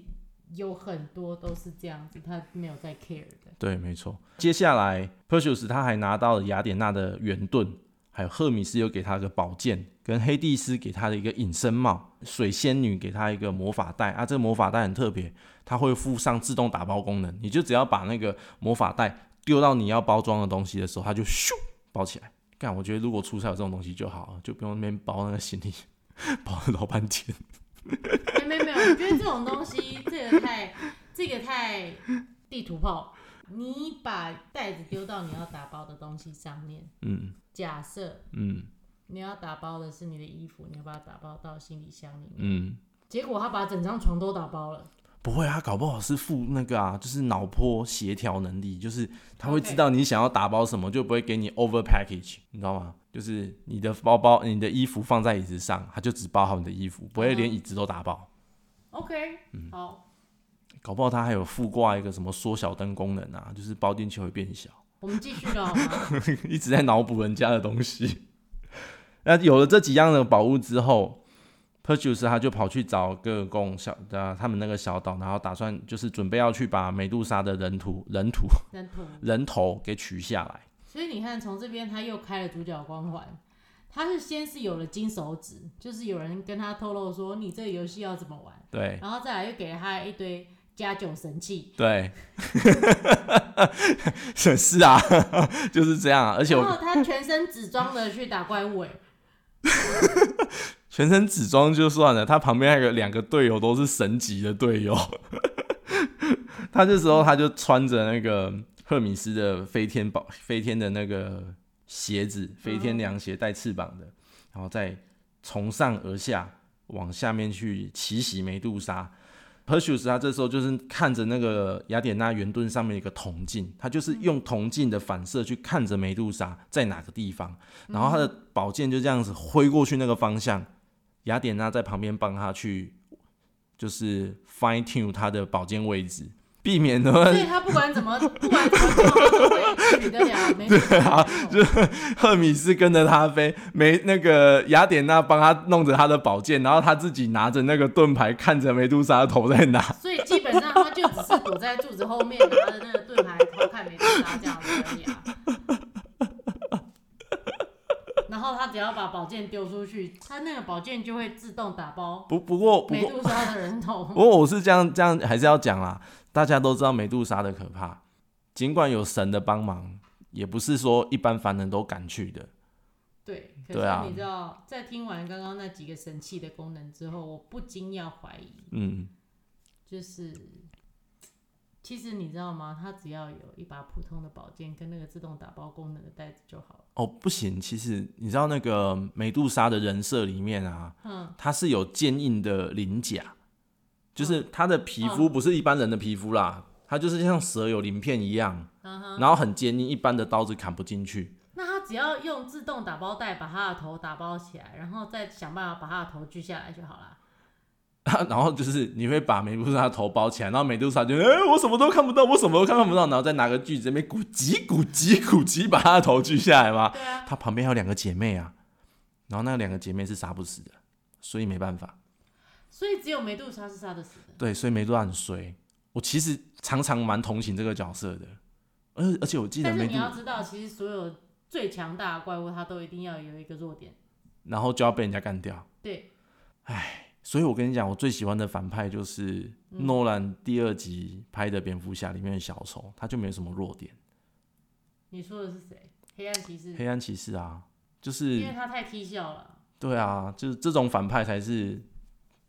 [SPEAKER 3] 有很多都是这样子，他没有在 care 的。
[SPEAKER 4] 对，没错。接下来 Perseus 他还拿到了雅典娜的圆盾，还有赫米斯又给他个宝剑，跟黑帝斯给他的一个隐身帽，水仙女给他一个魔法袋啊。这个魔法袋很特别，它会附上自动打包功能，你就只要把那个魔法袋丢到你要包装的东西的时候，它就咻包起来。干，我觉得如果出差有这种东西就好了，就不用那边包那个行李， 包了老半天。
[SPEAKER 3] 没有没有，我觉得这种东西，这个太这个太地图炮。你把袋子丢到你要打包的东西上面，
[SPEAKER 4] 嗯
[SPEAKER 3] 假设
[SPEAKER 4] 嗯
[SPEAKER 3] 你要打包的是你的衣服，你要把它打包到行李箱里面，
[SPEAKER 4] 嗯，
[SPEAKER 3] 结果他把整张床都打包了。
[SPEAKER 4] 不会，他搞不好是负那个啊，就是脑波协调能力，就是他会知道你想要打包什么，就不会给你 over package，你知道吗？就是你的包包、你的衣服放在椅子上，他就只包好你的衣服，不会连椅子都打包。
[SPEAKER 3] OK，好，
[SPEAKER 4] 嗯搞不好它还有附挂一个什么缩小灯功能啊，就是包进去会变小，
[SPEAKER 3] 我们继续了好吗？
[SPEAKER 4] 一直在脑补人家的东西。 那有了这几样的宝物之后，Perseus 他就跑去找各贡小啊他们那个小岛，然后打算就是准备要去把美杜莎的人图人图
[SPEAKER 3] 人图。
[SPEAKER 4] 人头给取下来。
[SPEAKER 3] 所以你看，从这边他又开了主角光环。他是先是有了金手指，就是有人跟他透露说你这个游戏要怎么玩，
[SPEAKER 4] 对
[SPEAKER 3] 然后再来又给了他一堆加九神器，
[SPEAKER 4] 对， 是是啊， 就是这样啊。而且
[SPEAKER 3] 然
[SPEAKER 4] 我
[SPEAKER 3] 后他全身只装的去打怪物、欸，
[SPEAKER 4] 全身只装就算了，他旁边还有两个队友都是神级的队友。 他这时候他就穿着那个赫米斯的飞天宝飞天的那个鞋子，飞天凉鞋带翅膀的，然后再从上而下往下面去奇袭梅杜莎。Perseus 他这时候就是看着那个雅典娜圆盾上面一个铜镜，他就是用铜镜的反射去看着梅杜莎在哪个地方，然后他的宝剑就这样子挥过去那个方向，雅典娜在旁边帮他去就是 fine tune 他的宝剑位置，避免呢
[SPEAKER 3] 所以他不管怎么不管怎么做他都会取得了，没对
[SPEAKER 4] 啊 赫米斯跟着他飞，梅那个雅典娜帮他弄着他的宝剑，然后他自己拿着那个盾牌看着梅杜莎的头在哪。
[SPEAKER 3] 所以基本上他就只是躲在柱子后面，拿着那个盾牌偷看美杜莎这样子而已啊。然后他只要把宝剑丢出去，他那个宝剑就会自动打包
[SPEAKER 4] 不不过不
[SPEAKER 3] 美
[SPEAKER 4] 过
[SPEAKER 3] 杜莎的人
[SPEAKER 4] 不
[SPEAKER 3] 头。
[SPEAKER 4] 过我是这样这样还是要讲啦，大家都知道美杜莎的可怕，尽管有神的帮忙，也不是说一般凡人都敢去的。
[SPEAKER 3] 对，可
[SPEAKER 4] 对啊
[SPEAKER 3] 是你知道，在听完刚刚那几个神器的功能之后，我不禁要怀疑，
[SPEAKER 4] 嗯，
[SPEAKER 3] 就是其实你知道吗？他只要有一把普通的宝剑跟那个自动打包功能的袋子就好了。
[SPEAKER 4] 哦不行，其实你知道那个美杜莎的人设里面啊，
[SPEAKER 3] 嗯，
[SPEAKER 4] 它是有坚硬的鳞甲，就是它的皮肤不是一般人的皮肤啦，它就是像蛇有鳞片一样，然后很坚硬，一般的刀子砍不进去。
[SPEAKER 3] 那他只要用自动打包袋把他的头打包起来，然后再想办法把他的头锯下来就好了。
[SPEAKER 4] 然后就是你会把美杜莎的头包起来，然后美杜莎就哎、我什么都看不到，我什么都看不到，然后再拿个锯子在那边鼓击鼓击鼓击把她的头锯下来嘛。
[SPEAKER 3] 对啊，
[SPEAKER 4] 她旁边还有两个姐妹啊，然后那两个姐妹是杀不死的，所以没办法。
[SPEAKER 3] 所以只有梅杜莎是杀得死的。
[SPEAKER 4] 对，所以梅杜莎很衰。我其实常常蛮同情这个角色的，而而且我记得
[SPEAKER 3] 但是
[SPEAKER 4] 梅杜
[SPEAKER 3] 你要知道，其实所有最强大的怪物，它都一定要有一个弱点。
[SPEAKER 4] 然后就要被人家干掉。
[SPEAKER 3] 对，
[SPEAKER 4] 所以我跟你讲，我最喜欢的反派就是
[SPEAKER 3] 嗯
[SPEAKER 4] 诺兰第二集拍的蝙蝠侠里面的小丑，他就没有什么弱点。
[SPEAKER 3] 你说的是谁？黑暗骑士，
[SPEAKER 4] 黑暗骑士啊，就
[SPEAKER 3] 因
[SPEAKER 4] 是
[SPEAKER 3] 为他太踢笑了。
[SPEAKER 4] 对啊，就是这种反派才是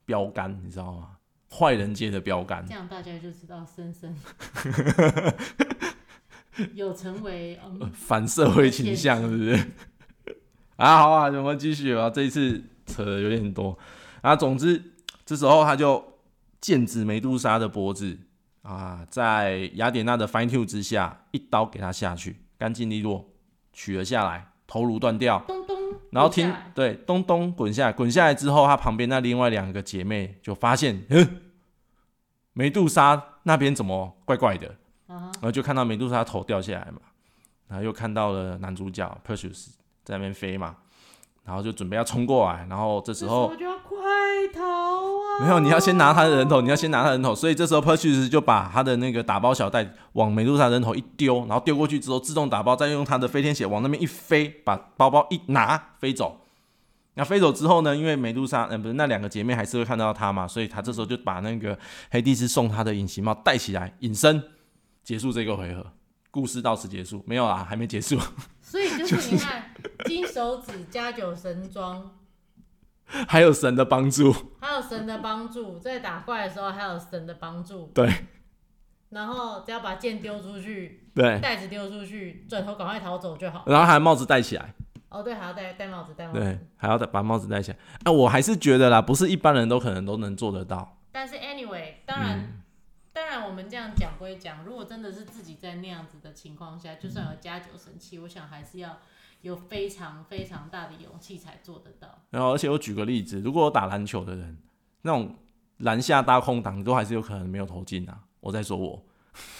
[SPEAKER 4] 标杆，你知道吗？坏人界的标杆
[SPEAKER 3] 这。样大家就知道森 森有成为嗯
[SPEAKER 4] 反社会倾 向，是不是？ 啊，好啊，我们继续啊，这一次扯的有点多。啊，总之这时候他就剑指梅杜莎的脖子啊，在雅典娜的 fine t o 之下，一刀给她下去，干净利落，取了下来，头颅断掉。
[SPEAKER 3] 咚咚，
[SPEAKER 4] 然后
[SPEAKER 3] 停
[SPEAKER 4] 听
[SPEAKER 3] 下来
[SPEAKER 4] 对咚咚滚下来，滚下来之后，她旁边那另外两个姐妹就发现， 嗯，梅杜莎那边怎么怪怪的？
[SPEAKER 3] 啊哈，
[SPEAKER 4] 然后就看到美杜莎头掉下来嘛，然后又看到了男主角 Perseus 在那边飞嘛，然后就准备要冲过来，然后这时
[SPEAKER 3] 这时
[SPEAKER 4] 候
[SPEAKER 3] 候就要快逃啊！
[SPEAKER 4] 没有，你要先拿他的人头，你要先拿他的人头，所以这时候 Perseus 就把他的那个打包小袋往美杜莎人头一丢，然后丢过去之后自动打包，再用他的飞天鞋往那边一飞，把包包一拿飞走。那飞走之后呢？因为美杜莎，嗯、不是那两个姐妹还是会看到他嘛，所以他这时候就把那个黑帝斯送他的隐形帽戴起来隐身，结束这个回合。故事到此结束，没有啦，还没结束，
[SPEAKER 3] 所以就是你看，金手指加九神装，
[SPEAKER 4] 还有神的帮助。
[SPEAKER 3] 还有神的帮助，在打怪的时候还有神的帮助。
[SPEAKER 4] 对
[SPEAKER 3] 然后只要把剑丢出去，
[SPEAKER 4] 对，
[SPEAKER 3] 袋子丢出去，转头赶快逃走就好。
[SPEAKER 4] 然后还帽子戴起来。
[SPEAKER 3] 哦，对，还要戴戴帽子，戴帽
[SPEAKER 4] 对
[SPEAKER 3] 子。，
[SPEAKER 4] 还要再把帽子啊戴起来。哎、我还是觉得啦，不是一般人都可能都能做得到。
[SPEAKER 3] 但是 anyway，当然然我们这样讲归讲，如果真的是自己在那样子的情况下，就算有加酒神器，我想还是要有非常非常大的勇气才做得到。
[SPEAKER 4] 然后，而且我举个例子，如果有打篮球的人，那种篮下大空档，都还是有可能没有投进啊。我在说我，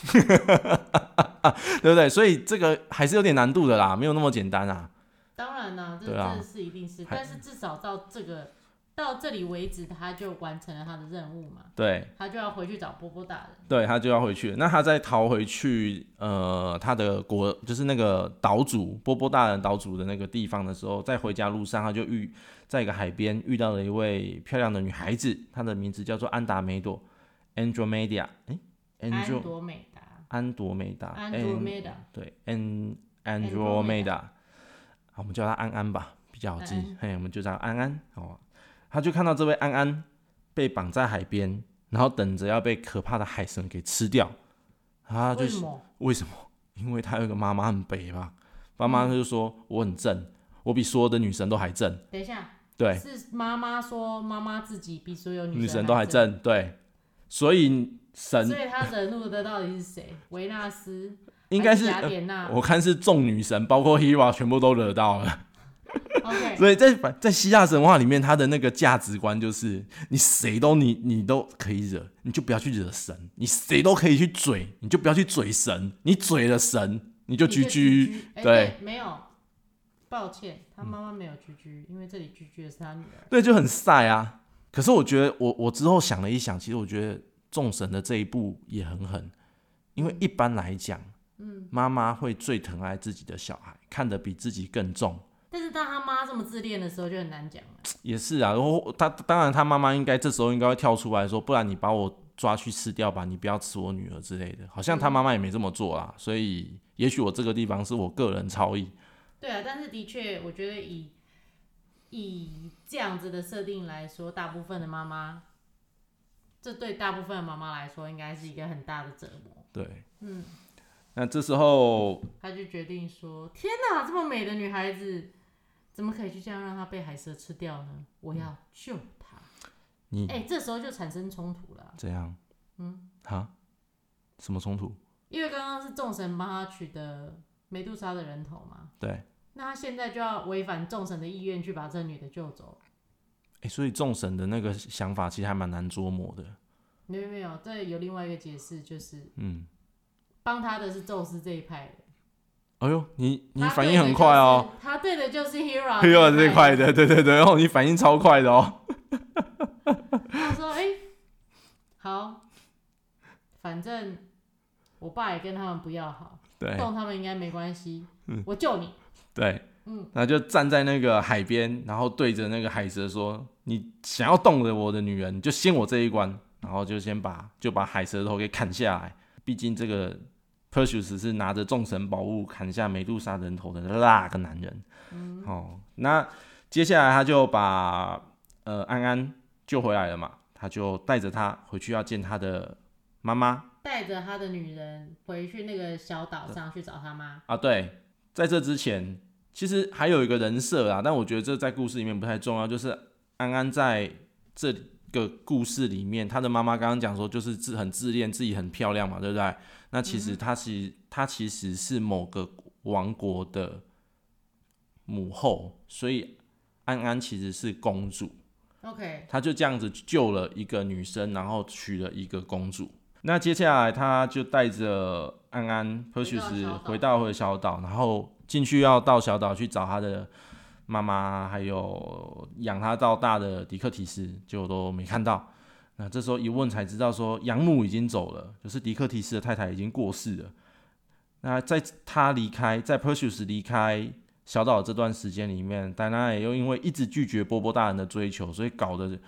[SPEAKER 4] 对不对？所以这个还是有点难度的啦，没有那么简单啊。
[SPEAKER 3] 当然啦、这
[SPEAKER 4] 对啊
[SPEAKER 3] 这是一定是，
[SPEAKER 4] 还
[SPEAKER 3] 但是至少到这个到这里为止，他就完成了他的任务嘛，
[SPEAKER 4] 对，
[SPEAKER 3] 他就要回去找波波大人。
[SPEAKER 4] 对他就要回去了。那他再逃回去，呃，他的国就是那个岛主波波大人岛主的那个地方的时候，在回家路上，他就遇在一个海边遇到了一位漂亮的女孩子，她的名字叫做安达梅朵 （Andromeda）。哎啊
[SPEAKER 3] 安
[SPEAKER 4] ，Andro
[SPEAKER 3] 朵美达，
[SPEAKER 4] 安朵梅达
[SPEAKER 3] 安
[SPEAKER 4] An-
[SPEAKER 3] 朵美达，
[SPEAKER 4] 对，An
[SPEAKER 3] Andromeda
[SPEAKER 4] Andromeda，好，我们叫她安安吧，比较好记
[SPEAKER 3] 安安。
[SPEAKER 4] 嘿，我们就叫她安安。哦，他就看到这位安安被绑在海边，然后等着要被可怕的海神给吃掉。他就
[SPEAKER 3] 为
[SPEAKER 4] 是
[SPEAKER 3] 什么？
[SPEAKER 4] 为什么？ 因为他有一个妈妈很北吧，妈
[SPEAKER 3] 嗯
[SPEAKER 4] 妈就说、我很正，我比所有的女神都还正。
[SPEAKER 3] 等一下，
[SPEAKER 4] 对，
[SPEAKER 3] 是妈妈说妈妈自己比所有
[SPEAKER 4] 女
[SPEAKER 3] 神
[SPEAKER 4] 神都还
[SPEAKER 3] 还正，
[SPEAKER 4] 正。对，所以神
[SPEAKER 3] 所以他惹怒的到底是谁？维纳斯
[SPEAKER 4] 应该
[SPEAKER 3] 还
[SPEAKER 4] 是
[SPEAKER 3] 雅
[SPEAKER 4] 呃
[SPEAKER 3] 典娜。
[SPEAKER 4] 我看是众女神，包括 Hera 全部都惹到了。
[SPEAKER 3] OK，
[SPEAKER 4] 所以在反在希腊神话里面，他的那个价值观就是，你谁都你你都可以惹，你就不要去惹神，你谁都可以去嘴，你就不要去嘴神，你嘴了神，你就
[SPEAKER 3] 一
[SPEAKER 4] 居
[SPEAKER 3] 个
[SPEAKER 4] 居。
[SPEAKER 3] 哎
[SPEAKER 4] 对
[SPEAKER 3] 对，没有，抱歉，他妈妈没有居居，因为这里居居的是他女儿。
[SPEAKER 4] 对，就很晒啊。可是我觉得我，我之后想了一想，其实我觉得众神的这一步也很狠，因为一般来讲，嗯，妈妈会最疼爱自己的小孩，看得比自己更重。
[SPEAKER 3] 但是当他妈这么自恋的时候，就很难讲了。
[SPEAKER 4] 也是啊，然后他当然他妈妈应该这时候应该会跳出来说，不然你把我抓去吃掉吧，你不要吃我女儿之类的。好像他妈妈也没这么做
[SPEAKER 3] 嗯
[SPEAKER 4] 啦，所以也许我这个地方是我个人超意。
[SPEAKER 3] 对啊，但是的确，我觉得以以这样子的设定来说，大部分的妈妈，这对大部分的妈妈来说，应该是一个很大的折磨。
[SPEAKER 4] 对，嗯。那这时候
[SPEAKER 3] 他就决定说：“天哪，这么美的女孩子，怎么可以就这样让她被海蛇吃掉呢？我要救她！”
[SPEAKER 4] 你
[SPEAKER 3] 哎、这时候就产生冲突了啊，
[SPEAKER 4] 怎样？嗯，哈，什么冲突？
[SPEAKER 3] 因为刚刚是众神帮他取得美杜莎的人头嘛，
[SPEAKER 4] 对，哎、
[SPEAKER 3] 那他现在就要违反众神的意愿去把这女的救走。
[SPEAKER 4] 哎所以众神的那个想法其实还蛮难捉摸的。
[SPEAKER 3] 没有没有，这有另外一个解释，就是
[SPEAKER 4] 嗯，
[SPEAKER 3] 帮他的是宙斯这一派的，
[SPEAKER 4] 哎呦，你你
[SPEAKER 3] 他
[SPEAKER 4] 反应
[SPEAKER 3] 对的
[SPEAKER 4] 很快哦、
[SPEAKER 3] 就是。他对的就是 Hera，
[SPEAKER 4] 哎呦，这块
[SPEAKER 3] 派
[SPEAKER 4] 的，对对对，哦，你反应超快的哦。
[SPEAKER 3] 他说：“哎、好，反正我爸也跟他们不要好，
[SPEAKER 4] 对，
[SPEAKER 3] 动他们应该没关系，
[SPEAKER 4] 嗯
[SPEAKER 3] 我救你。
[SPEAKER 4] 对，
[SPEAKER 3] 嗯，
[SPEAKER 4] 那就站在那个海边，然后对着那个海蛇说：“你想要动了我的女人，你就先我这一关。”然后就先把就把海蛇头给砍下来。毕竟这个 Perseus 是拿着众神宝物砍下美杜莎人头的那个男人。哦，那接下来他就把呃安安救回来了嘛，他就带着她回去要见她的妈妈。
[SPEAKER 3] 带着他的女人回去那个小岛上去找他妈。
[SPEAKER 4] 啊，对，在这之前，其实还有一个人设啊，但我觉得这在故事里面不太重要，就是安安在这个故事里面，她的妈妈刚刚讲说，就是自很自恋，自己很漂亮嘛，对不对？那其实她其实她其实是某个王国的母后，所以安安其实是公主。
[SPEAKER 3] OK，
[SPEAKER 4] 他就这样子救了一个女生，然后娶了一个公主。那接下来他就带着安安、p e r s e
[SPEAKER 3] 到小
[SPEAKER 4] u
[SPEAKER 3] 岛
[SPEAKER 4] 回到回小岛，然后进去要到小岛去找他的妈妈，还有养他到大的迪克提斯，结果都没看到。那这时候一问才知道说，养母已经走了，就是迪克提斯的太太已经过世了。那在他离开，在 Perseus 离开小岛这段时间里面，戴娜也又因为一直拒绝波波大人的追求，所以搞得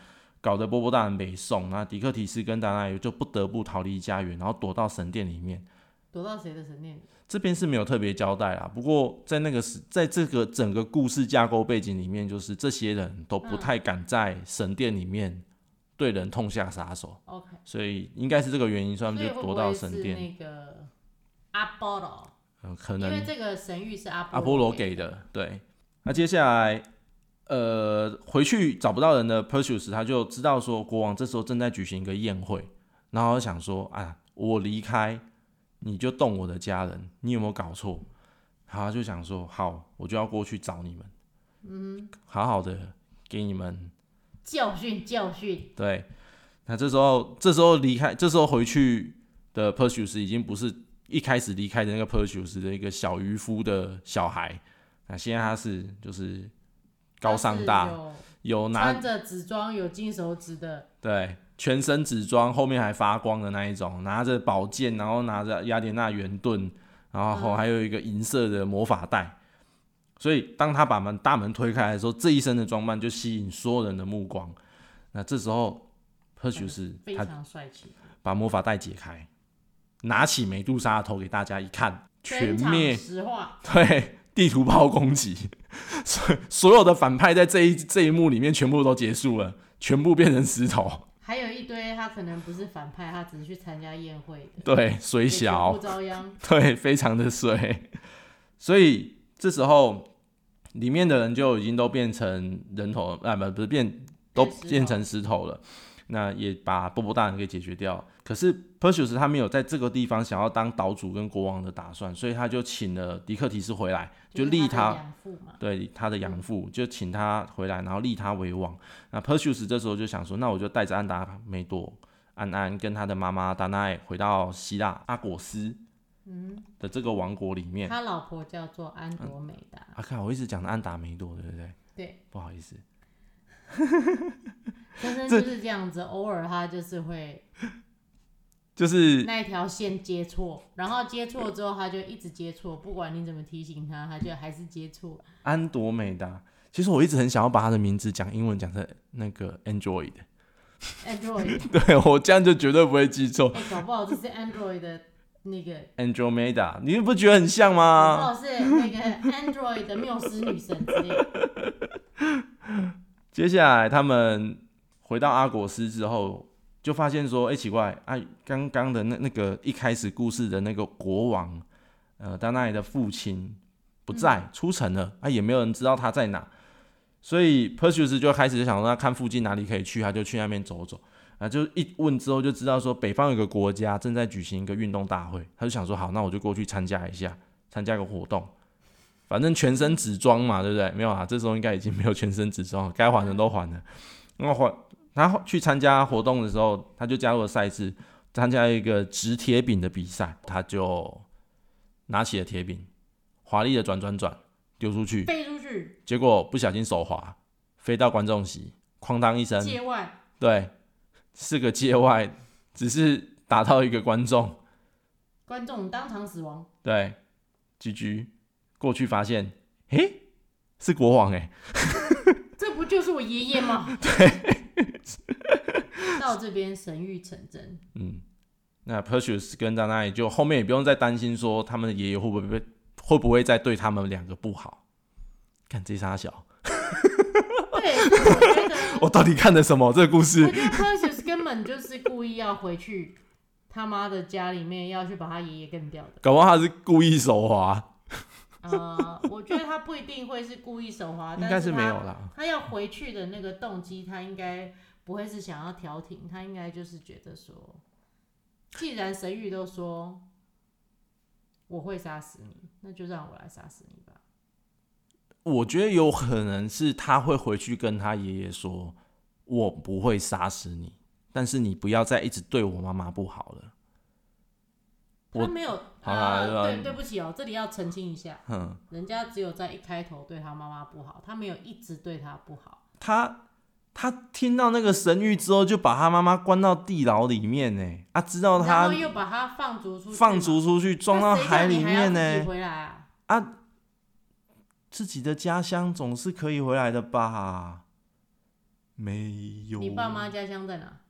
[SPEAKER 4] 搞得波波大人北宋。那迪克提斯跟戴娜也就不得不逃离家园，然后躲到神殿里面。
[SPEAKER 3] 躲到谁的神殿里？
[SPEAKER 4] 这边是没有特别交代啦，不过在那个时，在这个整个故事架构背景里面，就是这些人都不
[SPEAKER 3] 嗯
[SPEAKER 4] 太敢在神殿里面对人痛下杀手，
[SPEAKER 3] OK，
[SPEAKER 4] 所以应该是这个原因，所以他
[SPEAKER 3] 所
[SPEAKER 4] 们
[SPEAKER 3] 以
[SPEAKER 4] 就
[SPEAKER 3] 会
[SPEAKER 4] 躲
[SPEAKER 3] 不
[SPEAKER 4] 到
[SPEAKER 3] 会
[SPEAKER 4] 神
[SPEAKER 3] 是
[SPEAKER 4] 殿。
[SPEAKER 3] 那个阿波罗？
[SPEAKER 4] 呃可
[SPEAKER 3] 因
[SPEAKER 4] 能
[SPEAKER 3] 为这个神域是阿
[SPEAKER 4] 阿波罗
[SPEAKER 3] 给
[SPEAKER 4] 给的。对，那接下来，呃，回去找不到人的 Perseus，他就知道说国王这时候正在举行一个宴会，然后想说啊，我离开，你就动我的家人，你有没有搞错？”他就想说：“好，我就要过去找你们，嗯，好好的给你们
[SPEAKER 3] 教训教训，
[SPEAKER 4] 对，那这时候这时候离开，这时候回去的 Perseus 已经不是一开始离开的那个 Perseus 的一个小渔夫的小孩，那现在他是就是高尚
[SPEAKER 3] 他是
[SPEAKER 4] 大，
[SPEAKER 3] 有
[SPEAKER 4] 有拿
[SPEAKER 3] 穿着紫装有金手指的，
[SPEAKER 4] 对全身紫装，后面还发光的那一种，拿着宝剑，然后拿着雅典娜圆盾，然后
[SPEAKER 3] 嗯
[SPEAKER 4] 还有一个银色的魔法袋。所以，当他把门大门推开的时候，这一身的装扮就吸引所有人的目光。那这时候，赫修斯
[SPEAKER 3] 嗯非
[SPEAKER 4] 他
[SPEAKER 3] 常帅气，
[SPEAKER 4] 把魔法袋解开，拿起美杜莎的头给大家一看，全
[SPEAKER 3] 全场
[SPEAKER 4] 灭
[SPEAKER 3] 实话，
[SPEAKER 4] 对地图炮攻击，所所有的反派在这一这一幕里面全部都结束了，全部变成石头，
[SPEAKER 3] 还有一堆他可能不是反派，他只是去参加宴会的，
[SPEAKER 4] 对，水
[SPEAKER 3] 也
[SPEAKER 4] 小
[SPEAKER 3] 全部，遭殃，
[SPEAKER 4] 对， 非常的水。 所以这时候里面的人就已经都变成人头啊，不不是变都
[SPEAKER 3] 变石头
[SPEAKER 4] 变成石头了。那也把波波大人给解决掉。可是 Perseus 他没有在这个地方想要当岛主跟国王的打算，所以他就请了迪克提斯回来，就是立
[SPEAKER 3] 他的
[SPEAKER 4] 他
[SPEAKER 3] 养父嘛，
[SPEAKER 4] 对他的养父，就请他回来，然后立他为王。那 Perseus 这时候就想说，那我就带着安达梅朵、安安跟他的妈妈达奈回到希腊阿果斯的这个王国里面。
[SPEAKER 3] 他老婆叫做安朵美达，
[SPEAKER 4] 啊，看我一直讲的安达梅朵，对不对？
[SPEAKER 3] 对，
[SPEAKER 4] 不好意思，
[SPEAKER 3] 先生就是这样子，偶尔他就是会
[SPEAKER 4] 就是
[SPEAKER 3] 那一条线接错，然后接错之后他就一直接错，不管你怎么提醒他，他就还是接错。
[SPEAKER 4] 安朵美达。其实我一直很想要把他的名字讲英文讲成那个 Android，
[SPEAKER 3] Android，
[SPEAKER 4] 对我这样就绝对不会记错
[SPEAKER 3] 哎、搞不好这是 Android 的那个，
[SPEAKER 4] Andromeda，你不觉得很像
[SPEAKER 3] 搞
[SPEAKER 4] 吗
[SPEAKER 3] 不？好是那个 Android 的缪斯女神之类的。
[SPEAKER 4] 接下来他们回到阿果斯之后，就发现说，哎、奇怪，啊，刚刚的那那个一开始故事的那个国王，呃，丹奈的父亲不在，出城了，啊，也没有人知道他在哪，所以 Perseus 就开始想说，那看附近哪里可以去，他就去那边走走。啊，就一问之后就知道说，北方有个国家正在举行一个运动大会，他就想说，好，那我就过去参加一下，参加个活动。反正全身紫装嘛，对不对？没有啊，这时候应该已经没有全身紫装了，该还的都还了。然后还，然后去参加活动的时候，他就加入了赛事，参加一个掷铁饼的比赛，他就拿起了铁饼，华丽的转转转丢出去，
[SPEAKER 3] 飞出去，
[SPEAKER 4] 结果不小心手滑，飞到观众席，哐当一声，
[SPEAKER 3] 界外
[SPEAKER 4] 对，是个界外，只是打到一个观众，
[SPEAKER 3] 观众当场死亡，
[SPEAKER 4] 对居居过去发现，诶，是国王诶。
[SPEAKER 3] 这不就是我爷爷吗？ 对。到这边神谕成真，
[SPEAKER 4] 嗯，那 Perseus 跟 d a n a 就后面也不用再担心说他们的爷爷会不会被会不会再对他们两个不好。看这仨小，
[SPEAKER 3] 对，所以我觉得。
[SPEAKER 4] 我到底看的什么？这个故
[SPEAKER 3] 我
[SPEAKER 4] 事
[SPEAKER 3] 觉得 Perseus 根本就是故意要回去他妈的家里面，要去把他爷爷干掉的。
[SPEAKER 4] 搞不好他是故意手
[SPEAKER 3] 啊
[SPEAKER 4] 滑，
[SPEAKER 3] 呃，我觉得他不一定会是故意手滑，
[SPEAKER 4] 应该
[SPEAKER 3] 但是
[SPEAKER 4] 没有
[SPEAKER 3] 他
[SPEAKER 4] 啦。
[SPEAKER 3] 他要回去的那个动机，他应该不会是想要调停，他应该就是觉得说，既然神谕都说我会杀死你，那就让我来杀死你吧。
[SPEAKER 4] 我觉得有可能是他会回去跟他爷爷说：“我不会杀死你，但是你不要再一直对我妈妈不好了。我
[SPEAKER 3] 他没有，
[SPEAKER 4] 好啦
[SPEAKER 3] 呃
[SPEAKER 4] 对吧
[SPEAKER 3] 对，对不起哦，这里要澄清一下，”
[SPEAKER 4] 哼，
[SPEAKER 3] 人家只有在一开头对他妈妈不好，他没有一直对他不好。
[SPEAKER 4] 他他听到那个神谕之后，就把他妈妈关到地牢里面呢。啊，知道
[SPEAKER 3] 然
[SPEAKER 4] 他
[SPEAKER 3] 后又把它放逐出去嘛，
[SPEAKER 4] 放逐出去，装到
[SPEAKER 3] 那谁叫
[SPEAKER 4] 海里
[SPEAKER 3] 你还要
[SPEAKER 4] 面
[SPEAKER 3] 自己
[SPEAKER 4] 呢。
[SPEAKER 3] 回来啊，
[SPEAKER 4] 啊，自己的家乡总是可以回来的吧？没有，
[SPEAKER 3] 你爸妈家乡在哪？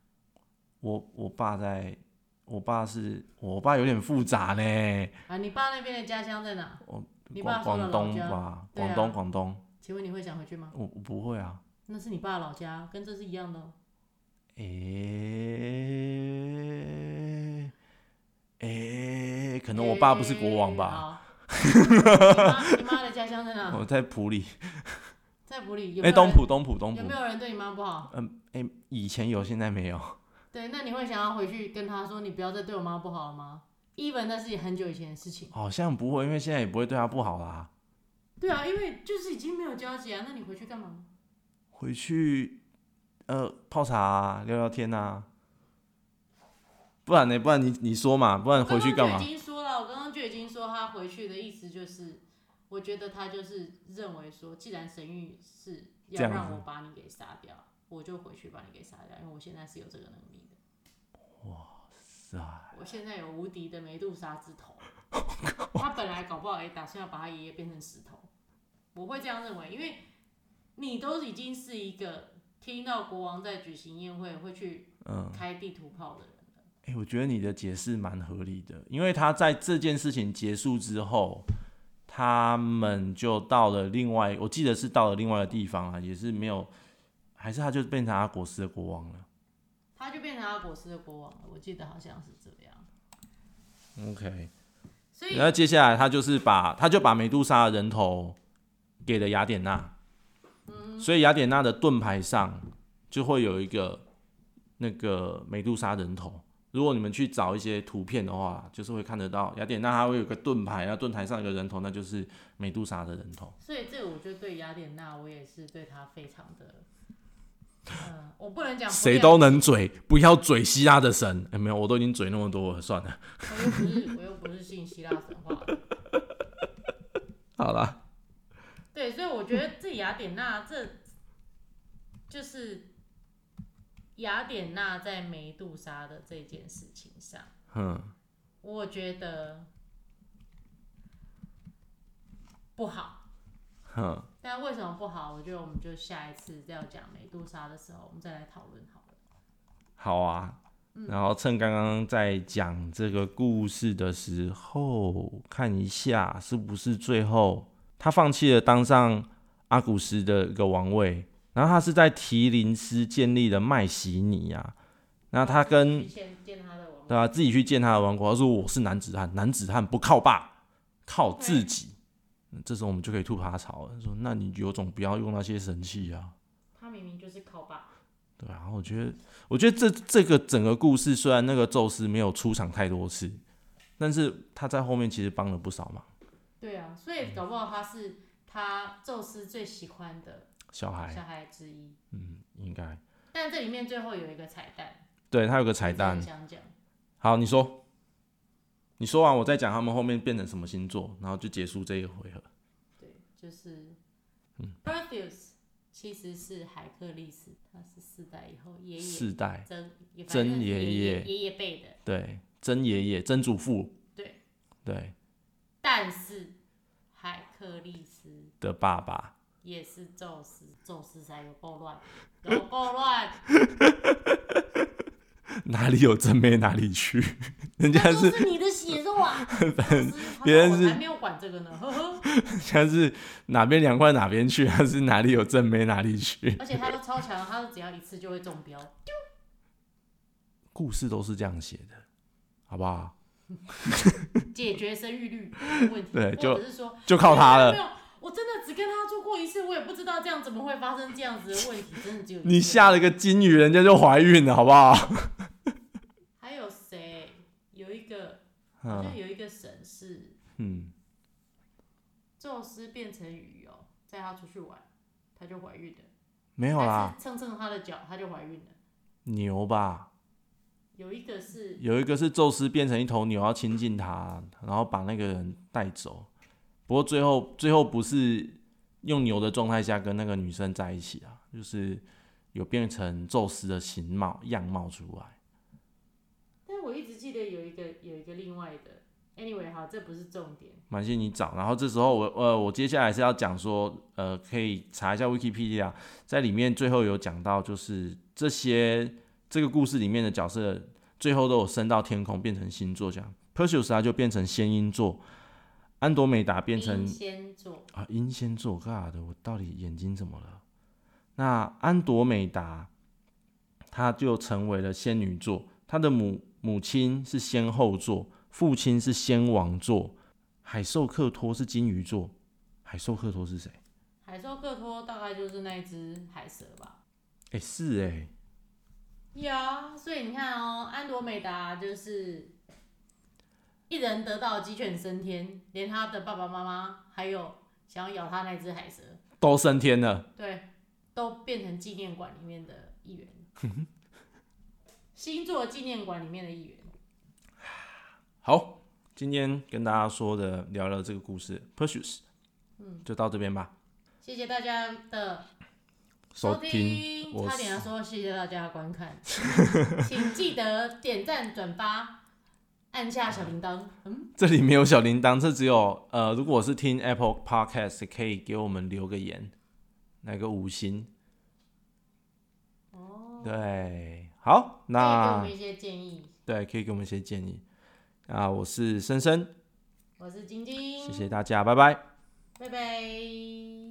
[SPEAKER 4] 我我爸在，我爸是我爸有点复杂呢。
[SPEAKER 3] 啊，你爸那边的家乡在哪？你爸说
[SPEAKER 4] 广
[SPEAKER 3] 了
[SPEAKER 4] 哦广东
[SPEAKER 3] 老家
[SPEAKER 4] 吧，
[SPEAKER 3] 对
[SPEAKER 4] 广
[SPEAKER 3] 啊
[SPEAKER 4] 东广东，
[SPEAKER 3] 请问你会想回去吗？
[SPEAKER 4] 我我不会啊。
[SPEAKER 3] 那是你爸的老家，跟这是一样的哦。
[SPEAKER 4] 诶、诶、可能我爸不是国王吧？
[SPEAKER 3] 哎。好你妈你妈的家乡在哪？
[SPEAKER 4] 我在普里，
[SPEAKER 3] 在埔里。有
[SPEAKER 4] 哎、
[SPEAKER 3] 没有
[SPEAKER 4] 东
[SPEAKER 3] 人
[SPEAKER 4] 浦，东浦，东浦
[SPEAKER 3] 有没。有人对你妈不好？
[SPEAKER 4] 嗯，哎、以前有，现在没有。
[SPEAKER 3] 对，那你会想要回去跟他说，你不要再对我妈不好了吗？even 那是很久以前的事情。
[SPEAKER 4] 好像不会，因为现在也不会对他不好啦。
[SPEAKER 3] 对啊，因为就是已经没有交集啊，那你回去干嘛？
[SPEAKER 4] 回去呃泡茶、啊、聊聊天啊，不然呢？不然你你说嘛，不然回去干
[SPEAKER 3] 我刚刚
[SPEAKER 4] 嘛
[SPEAKER 3] 就已？经说了，我刚刚就已经说他回去的意思就是，我觉得他就是认为说，既然神谕是
[SPEAKER 4] 这
[SPEAKER 3] 要
[SPEAKER 4] 样子
[SPEAKER 3] 让我把你给杀掉，我就回去把你给杀掉，因为我现在是有这个能力的。
[SPEAKER 4] 是啊，
[SPEAKER 3] 我现在有无敌的梅杜莎之 头。他本来搞不好也打算要把他爷爷变成石头，我会这样认为，因为你都已经是一个听到国王在举行宴会会去
[SPEAKER 4] 嗯，
[SPEAKER 3] 开地图炮的人了。
[SPEAKER 4] 哎、我觉得你的解释蛮合理的，因为他在这件事情结束之后，他们就到了另外，我记得是到了另外一个地方啊，也是没有，还是他就变成阿果斯的国王了。
[SPEAKER 3] 他就变成阿果斯的国王了，我记得好像是这样。
[SPEAKER 4] OK，
[SPEAKER 3] 所以
[SPEAKER 4] 然后接下来他就是把他就把美杜莎的人头给了雅典娜，所以雅典娜的盾牌上就会有一个那个美杜莎人头。如果你们去找一些图片的话，就是会看得到雅典娜她会有一个盾牌，然后盾牌上有个人头，那就是美杜莎的人头。
[SPEAKER 3] 所以这个我就对雅典娜，我也是对她非常的，嗯，我不能讲
[SPEAKER 4] 谁都，能嘴，不要嘴希腊的神。哎、没有，我都已经嘴那么多了，算了。
[SPEAKER 3] 我又不是我又不是信希腊神话，
[SPEAKER 4] 好啦，
[SPEAKER 3] 对，所以我觉得这雅典娜这就是雅典娜在梅杜莎的这件事情上，
[SPEAKER 4] 嗯，
[SPEAKER 3] 我觉得不好。
[SPEAKER 4] 哼，
[SPEAKER 3] 但为什么不好？我觉得我们就下一次要讲梅杜莎的时候，我们再来讨论好了。
[SPEAKER 4] 好啊。然后趁刚刚在讲这个故事的时候，看一下是不是最后他放弃了当上阿古斯的一个王位，然后他是在提林斯建立了麦西尼啊。那他跟
[SPEAKER 3] 去见见他的王
[SPEAKER 4] 对啊，自己去见他的王国，他说我是男子汉，男子汉不靠爸，靠自己。嗯这时候我们就可以吐他槽了，说那你有种不要用那些神器啊。
[SPEAKER 3] 他明明就是靠爸。
[SPEAKER 4] 对啊，我觉得，我觉得这这个整个故事虽然那个宙斯没有出场太多次，但是他在后面其实帮了不少忙。
[SPEAKER 3] 对啊，所
[SPEAKER 4] 嗯
[SPEAKER 3] 以搞不好他是他宙斯最喜欢的
[SPEAKER 4] 小
[SPEAKER 3] 小
[SPEAKER 4] 孩，
[SPEAKER 3] 孩之一。
[SPEAKER 4] 嗯，应该
[SPEAKER 3] 但这里面最后有一个彩蛋，
[SPEAKER 4] 对他有个彩蛋
[SPEAKER 3] 我真的。想讲。
[SPEAKER 4] 好，你说，你说完我再讲他们后面变成什么星座，然后就结束这一回合。
[SPEAKER 3] 对，就是，Perseus
[SPEAKER 4] 嗯
[SPEAKER 3] 其实是海克力斯，他是四代以后爷爷
[SPEAKER 4] 世代，
[SPEAKER 3] 曾也反
[SPEAKER 4] 曾
[SPEAKER 3] 正是
[SPEAKER 4] 爷
[SPEAKER 3] 爷
[SPEAKER 4] 爷
[SPEAKER 3] 爷爷辈的，
[SPEAKER 4] 对，曾爷爷、曾祖父，
[SPEAKER 3] 对，
[SPEAKER 4] 对
[SPEAKER 3] 但是海克力斯
[SPEAKER 4] 的爸爸，
[SPEAKER 3] 也是宙斯，宙斯才有够乱，有够乱，
[SPEAKER 4] 哪里有正妹哪里去， 人家
[SPEAKER 3] 那
[SPEAKER 4] 是
[SPEAKER 3] 都是你的血肉啊！
[SPEAKER 4] 别人
[SPEAKER 3] 是
[SPEAKER 4] 是
[SPEAKER 3] 还没有管这个呢，呵呵，
[SPEAKER 4] 人家是哪边凉快哪边去，他是哪里有正妹哪里去。
[SPEAKER 3] 而且他都超强，他只要一次就会中标。
[SPEAKER 4] 故事都是这样写的，好不好？
[SPEAKER 3] 解决生育率的问题，
[SPEAKER 4] 对就
[SPEAKER 3] 或者是说
[SPEAKER 4] 就靠他
[SPEAKER 3] 没
[SPEAKER 4] 了。
[SPEAKER 3] 有，我真的只跟他做过一次，我也不知道这样怎么会发生这样子的问题，真的只有一次
[SPEAKER 4] 你下了个金鱼，人家就怀孕了，好不好？
[SPEAKER 3] 还有谁？有一个好像
[SPEAKER 4] 嗯
[SPEAKER 3] 有一个神是
[SPEAKER 4] 嗯，
[SPEAKER 3] 宙斯变成鱼哦，带他出去玩，他就怀孕了。
[SPEAKER 4] 没有
[SPEAKER 3] 但
[SPEAKER 4] 啦，
[SPEAKER 3] 是蹭蹭他的脚，他就怀孕了。
[SPEAKER 4] 牛吧？
[SPEAKER 3] 有一个是
[SPEAKER 4] 有一个是宙斯变成一头牛要亲近他，然后把那个人带走。不过最后最后不是用牛的状态下跟那个女生在一起啊，就是有变成宙斯的形貌样貌出来。
[SPEAKER 3] 但我一直记得有一个有一个另外的，anyway 好，这不是重点。
[SPEAKER 4] 蛮谢谢你找。然后这时候我呃，我接下来是要讲说，呃，可以查一下 Wikipedia，在里面最后有讲到，就是这些这个故事里面的角色最后都有升到天空，变成星座这样。Perseus 他就变成仙鹰座，安多美达变成
[SPEAKER 3] 英仙座，
[SPEAKER 4] 啊英仙座，尬的，我到底眼睛怎么了？那安朵美达，她就成为了仙女座，她的母母亲是仙后座，父亲是仙王座，海兽克托是金鱼座。海兽克托是谁？
[SPEAKER 3] 海兽克托大概就是那一只海蛇吧。
[SPEAKER 4] 哎、是哎、
[SPEAKER 3] 有啊，所以你看哦，安罗美达就是一人得道鸡犬升天，连他的爸爸妈妈还有想要咬他那只海蛇，
[SPEAKER 4] 都升天了，
[SPEAKER 3] 对，都变成纪念馆里面的一 员，星座纪念馆里面的一员。
[SPEAKER 4] 好，今天跟大家说的聊聊这个故事 Perseus，嗯，就到这边吧。
[SPEAKER 3] 谢谢大家的
[SPEAKER 4] 收
[SPEAKER 3] 听，
[SPEAKER 4] 我
[SPEAKER 3] 差点要
[SPEAKER 4] 是
[SPEAKER 3] 说谢谢大家的观 看，请记得点赞、转发、按下小铃铛。嗯，
[SPEAKER 4] 这里没有小铃铛，这只有呃，如果我是听 Apple Podcast，可以给我们留个言，来个五星。哦，对，好，
[SPEAKER 3] 可以给我
[SPEAKER 4] 那
[SPEAKER 3] 们一些建议。
[SPEAKER 4] 对，可以给我们一些建议。啊，我是深深，
[SPEAKER 3] 我是晶晶，
[SPEAKER 4] 谢谢大家，拜拜。
[SPEAKER 3] 拜拜。